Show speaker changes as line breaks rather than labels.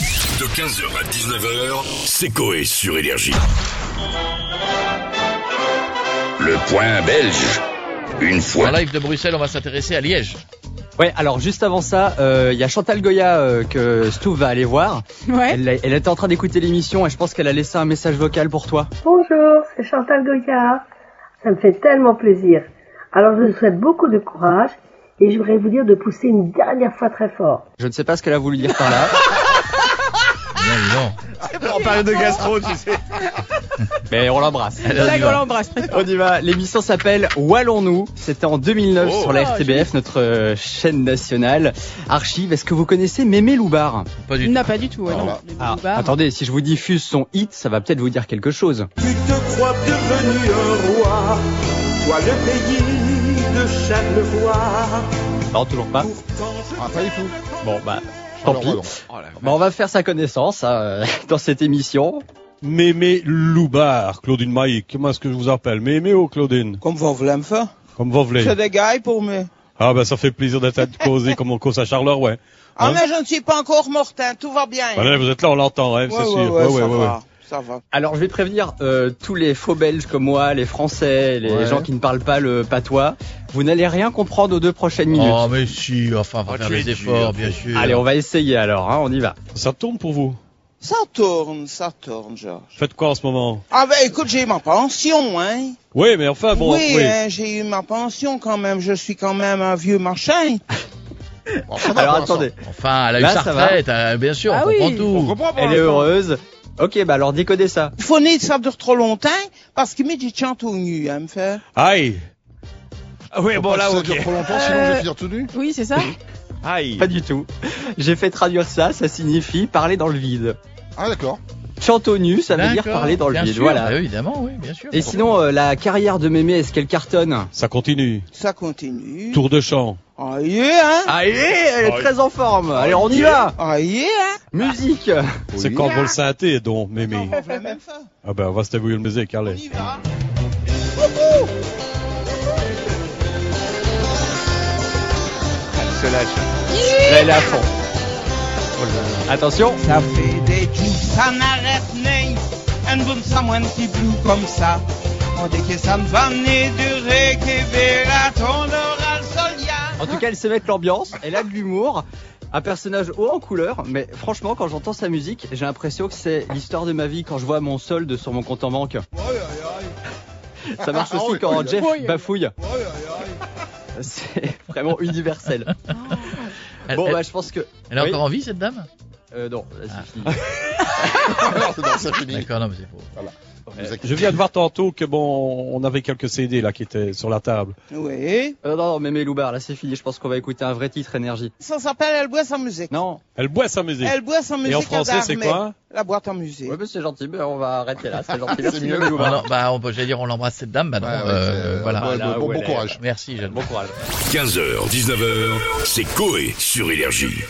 De 15h à 19h, c'est Coé sur Énergie. Le point belge. Une fois.
En live de Bruxelles, on va s'intéresser à Liège.
Ouais, alors juste avant ça, euh, il y a Chantal Goya euh, que Stouv va aller voir.
Ouais.
Elle, elle était en train d'écouter l'émission et je pense qu'elle a laissé un message vocal pour toi.
Bonjour, c'est Chantal Goya. Ça me fait tellement plaisir. Alors je vous souhaite beaucoup de courage et je voudrais vous dire de pousser une dernière fois très fort.
Je ne sais pas ce qu'elle a voulu dire par là.
Ah,
On parle de gastro, tu sais.
Mais on l'embrasse.
Là, on l'embrasse.
On y va. L'émission s'appelle Wallons-nous. C'était en 2009
Oh.
sur la
Ah,
RTBF, notre euh, chaîne nationale. Archive, est-ce que vous connaissez Mémé Loubar
Pas du tout.
Non, pas du tout. ouais, non. Les
Ah,
Boulevards.
Attendez, si je vous diffuse son hit, ça va peut-être vous dire quelque chose.
Tu te crois devenu un roi, toi le pays de Charlevoix.
Non, toujours pas.
Pourtant,
Ah, pas du tout. Oh,
Bon, bah, tant pis.
Alors,
Bon, on va faire sa connaissance euh, dans cette émission.
Mémé Loubard, Claudine Maïk, comment est-ce que je vous appelle Mémé ou Claudine
Comme vous voulez me faire
Comme vous voulez.
C'est des gars pour moi.
Ah ben ça fait plaisir d'être causé comme on cause à Charleroi.
Ah,
Hein
mais je ne suis pas encore morte, hein, tout va bien.
Voilà, vous êtes là, on l'entend, hein,
Ouais,
c'est sûr.
ouais,
Ouais, ouais,
ça
ouais,
va,
ouais.
ça va.
Alors, je vais prévenir euh, tous les faux belges comme moi, les français, les
Ouais.
gens qui ne parlent pas le patois. Vous n'allez rien comprendre aux deux prochaines minutes.
Oh, mais si, enfin, on va
Ah,
faire
tu es
des
dur,
efforts,
faut-
bien sûr.
Allez, on va essayer alors, hein, on y va.
Ça tourne pour vous
Ça tourne, ça tourne, Georges.
Faites quoi en ce moment
Ah ben écoute, j'ai eu ma pension, hein.
Oui, mais enfin, Ah, bon,
oui,
oui.
hein, j'ai eu ma pension quand même. Je suis quand même un vieux machin.
Bon, ça va
Alors,
pour l'instant.
attendez,
Enfin, elle a eu
Là,
sa
ça va.
retraite, euh, bien sûr,
Ah
on
oui.
comprend
On
tout.
comprend pas
elle est
l'instant.
heureuse. Ok, bah alors décodez ça.
Il faut ni que ça dure trop longtemps parce qu'il met du chante au nu, hein, me faire.
Aïe Ah Oui,
Faut pas que ça dure trop longtemps, sinon je vais finir tout nu.
Oui, c'est ça.
Aïe
Pas du tout. J'ai fait traduire ça, ça signifie parler dans le vide.
Ah, d'accord.
Chante au nu, ça veut dire parler dans le
bien
vide,
sûr,
voilà.
bah oui, évidemment, oui, bien sûr.
Et sinon, euh, la carrière de Mémé, est-ce qu'elle cartonne
Ça continue.
Ça continue.
Tour de chant.
Ah, yeah, hein.
Allez, elle est
Ah,
très en forme. Allez, on y va.
Ah, yeah, hein.
Musique.
C'est quand
Ah.
vous le sentez, donc, Mémé.
On voulait même faire.
Ah ben, on va se débrouiller le musique,
On
allez.
y va.
Là, elle est à fond. Attention.
Ça fait des jours, ça n'arrête nez. Un bon samoin qui bloue comme ça. On dit que ça ne va ni durer que verra ton oral solia.
En tout cas, elle sait mettre l'ambiance, elle a de l'humour, un personnage haut en couleur, mais franchement, quand j'entends sa musique, j'ai l'impression que c'est l'histoire de ma vie quand je vois mon solde sur mon compte en banque. Ça marche
Ah
aussi
oui,
quand
oui,
Jeff
oui.
bafouille. C'est vraiment universel.
Elle,
Bon,
elle-
bah, je pense que.
elle a
oui.
encore envie, cette dame
Euh, non, là, c'est
Ah.
fini.
Alors, non, ça finit.
D'accord, non, mais c'est faux.
Vous inquiétez
Je viens de voir tantôt que bon, on avait quelques CD là qui étaient sur la table.
Oui.
Euh, non, non, mais Loubar, là, c'est fini. Je pense qu'on va écouter un vrai titre énergie.
Ça s'appelle Elle boit sa musique.
Non.
Elle boit sa musique.
Elle boit sa musique.
Et en
à
français, c'est
Darmet.
quoi
La boîte en musique.
Ouais, mais c'est gentil, mais on va arrêter là. C'est gentil. Merci,
mieux.
Mémé
On
Loubard.
en- bah, on peut, j'allais dire, on l'embrasse, cette dame, maintenant.
Ouais, ouais,
euh,
c'est-
voilà.
ouais,
Là
bon-
où
bon
elle est.
courage.
Merci, Jeanne.
Bon courage.
15h, 19h, c'est Coé sur Énergie.